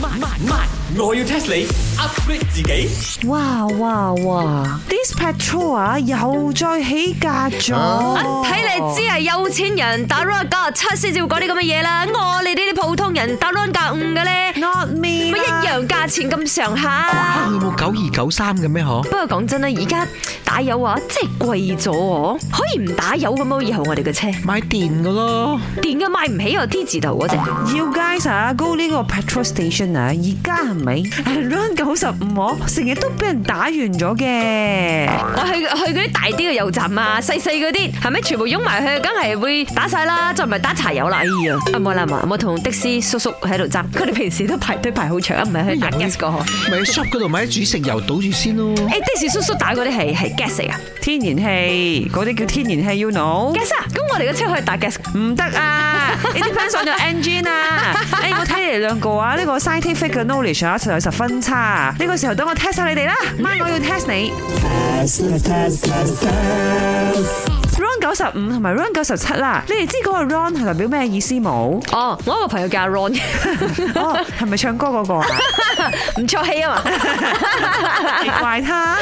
慢慢慢，我要 test 你 upgrade 自己。哇哇哇！This petrol 啊，又再起價咗。啊啊睇你知係有錢人打 run 格七先至會講啲咁嘅嘢啦，我哋呢啲普通人打 run 格五嘅咧， not 乜 me 一啦。樣價錢咁上下。佢冇九二九三嘅咩？嗬？不過講真啦，而家打油啊，真係貴咗哦，可以唔打油咁咯。以後我哋嘅車買電嘅咯，電嘅買唔起又 T 字頭嗰只，要 guys 啊，go 呢個 petrol station 啊，而家係咪啊 run 九十五我成日都俾人打完咗嘅。我去去嗰啲大啲嘅油站啊，細細嗰啲係咪全部擁埋去，梗係會打晒啦，再唔係打柴油啦。哎呀，啊冇啦冇，我同的士叔叔喺度爭，佢哋平時都排隊排好長，唔係去打 gas 嗰個。咪喺 shop 嗰度買啲主食油倒住先咯。誒的士叔叔打嗰啲係係 gas 嚟啊天然氣嗰啲叫天然氣，you know？ ，gas 啊！咁我哋嘅車可以打 gas，唔得啊！ 你啲 friend 上咗 engine 啊！ 誒，我睇你哋兩個啊，呢個 scientific 嘅 knowledge 啊，實在十分差啊。呢個時候等我 test 下你哋啦，媽，我要 test 你。Ron 九十五同埋 Ron 九十七啦，你哋知嗰個 Ron 係代表咩意思冇？哦，我有一個朋友叫阿 Ron， 哦，係咪唱歌嗰個啊？唔錯氣啊嘛，怪他，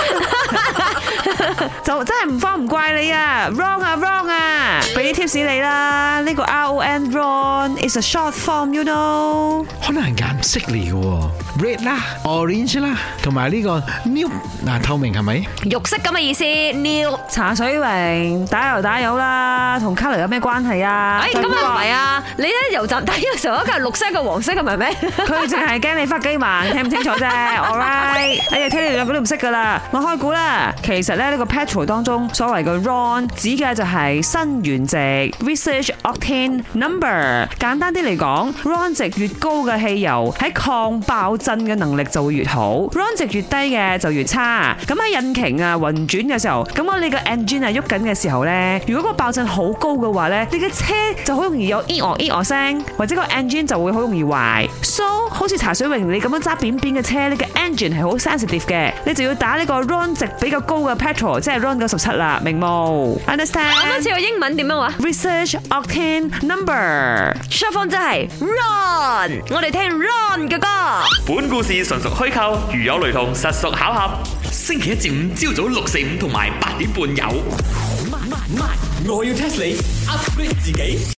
就真係唔慌唔怪你啊！Wrong 啊，wrong 啊！俾啲 tips 你啦，呢個 R O N Ron is a short form，you know。可能係顏色嚟嘅喎，red 啦、orange 啦，同埋呢個 new 嗱透明係咪？肉色咁嘅意思，new。茶水榮打油打油啦，同 colour 有咩關係啊？哎，咁啊唔係啊，你咧油站第一嘅時候，一個係綠色，一個黃色，咁係咪？佢淨係驚你忽機盲，聽唔清楚啫。Alright，哎呀，聽你兩個都唔識噶啦，我開估啦。其實咧呢個 petrol 當中所謂嘅 RON 指嘅就係新原值 （research octane number）。簡單啲嚟講，RON 值越高嘅汽油喺抗爆震嘅能力就會越好，RON 值越低嘅就越差。咁喺引擎啊運轉嘅時候，咁我你個 engine 啊喐緊嘅時候咧，如果個爆震好高嘅話咧，你嘅車就好容易有 e 哦 e 哦聲，或者個 engine 就會好容易壞。So 好似茶水榮你咁樣揸扁扁嘅車，你嘅 engine 係好 sensitive 嘅，你就要打呢個 RON 值比較高嘅 petrol，即係 RON 九十七啦，明冇啱啱？Understand？似個英文點樣話 Research octane number。 ？short form 真係 run，我哋聽 run 嘅歌。本故事純屬虛構，如有雷同，實屬巧合。星期一至五朝早六四五同埋八點半有。我要 test 你 upgrade 自己。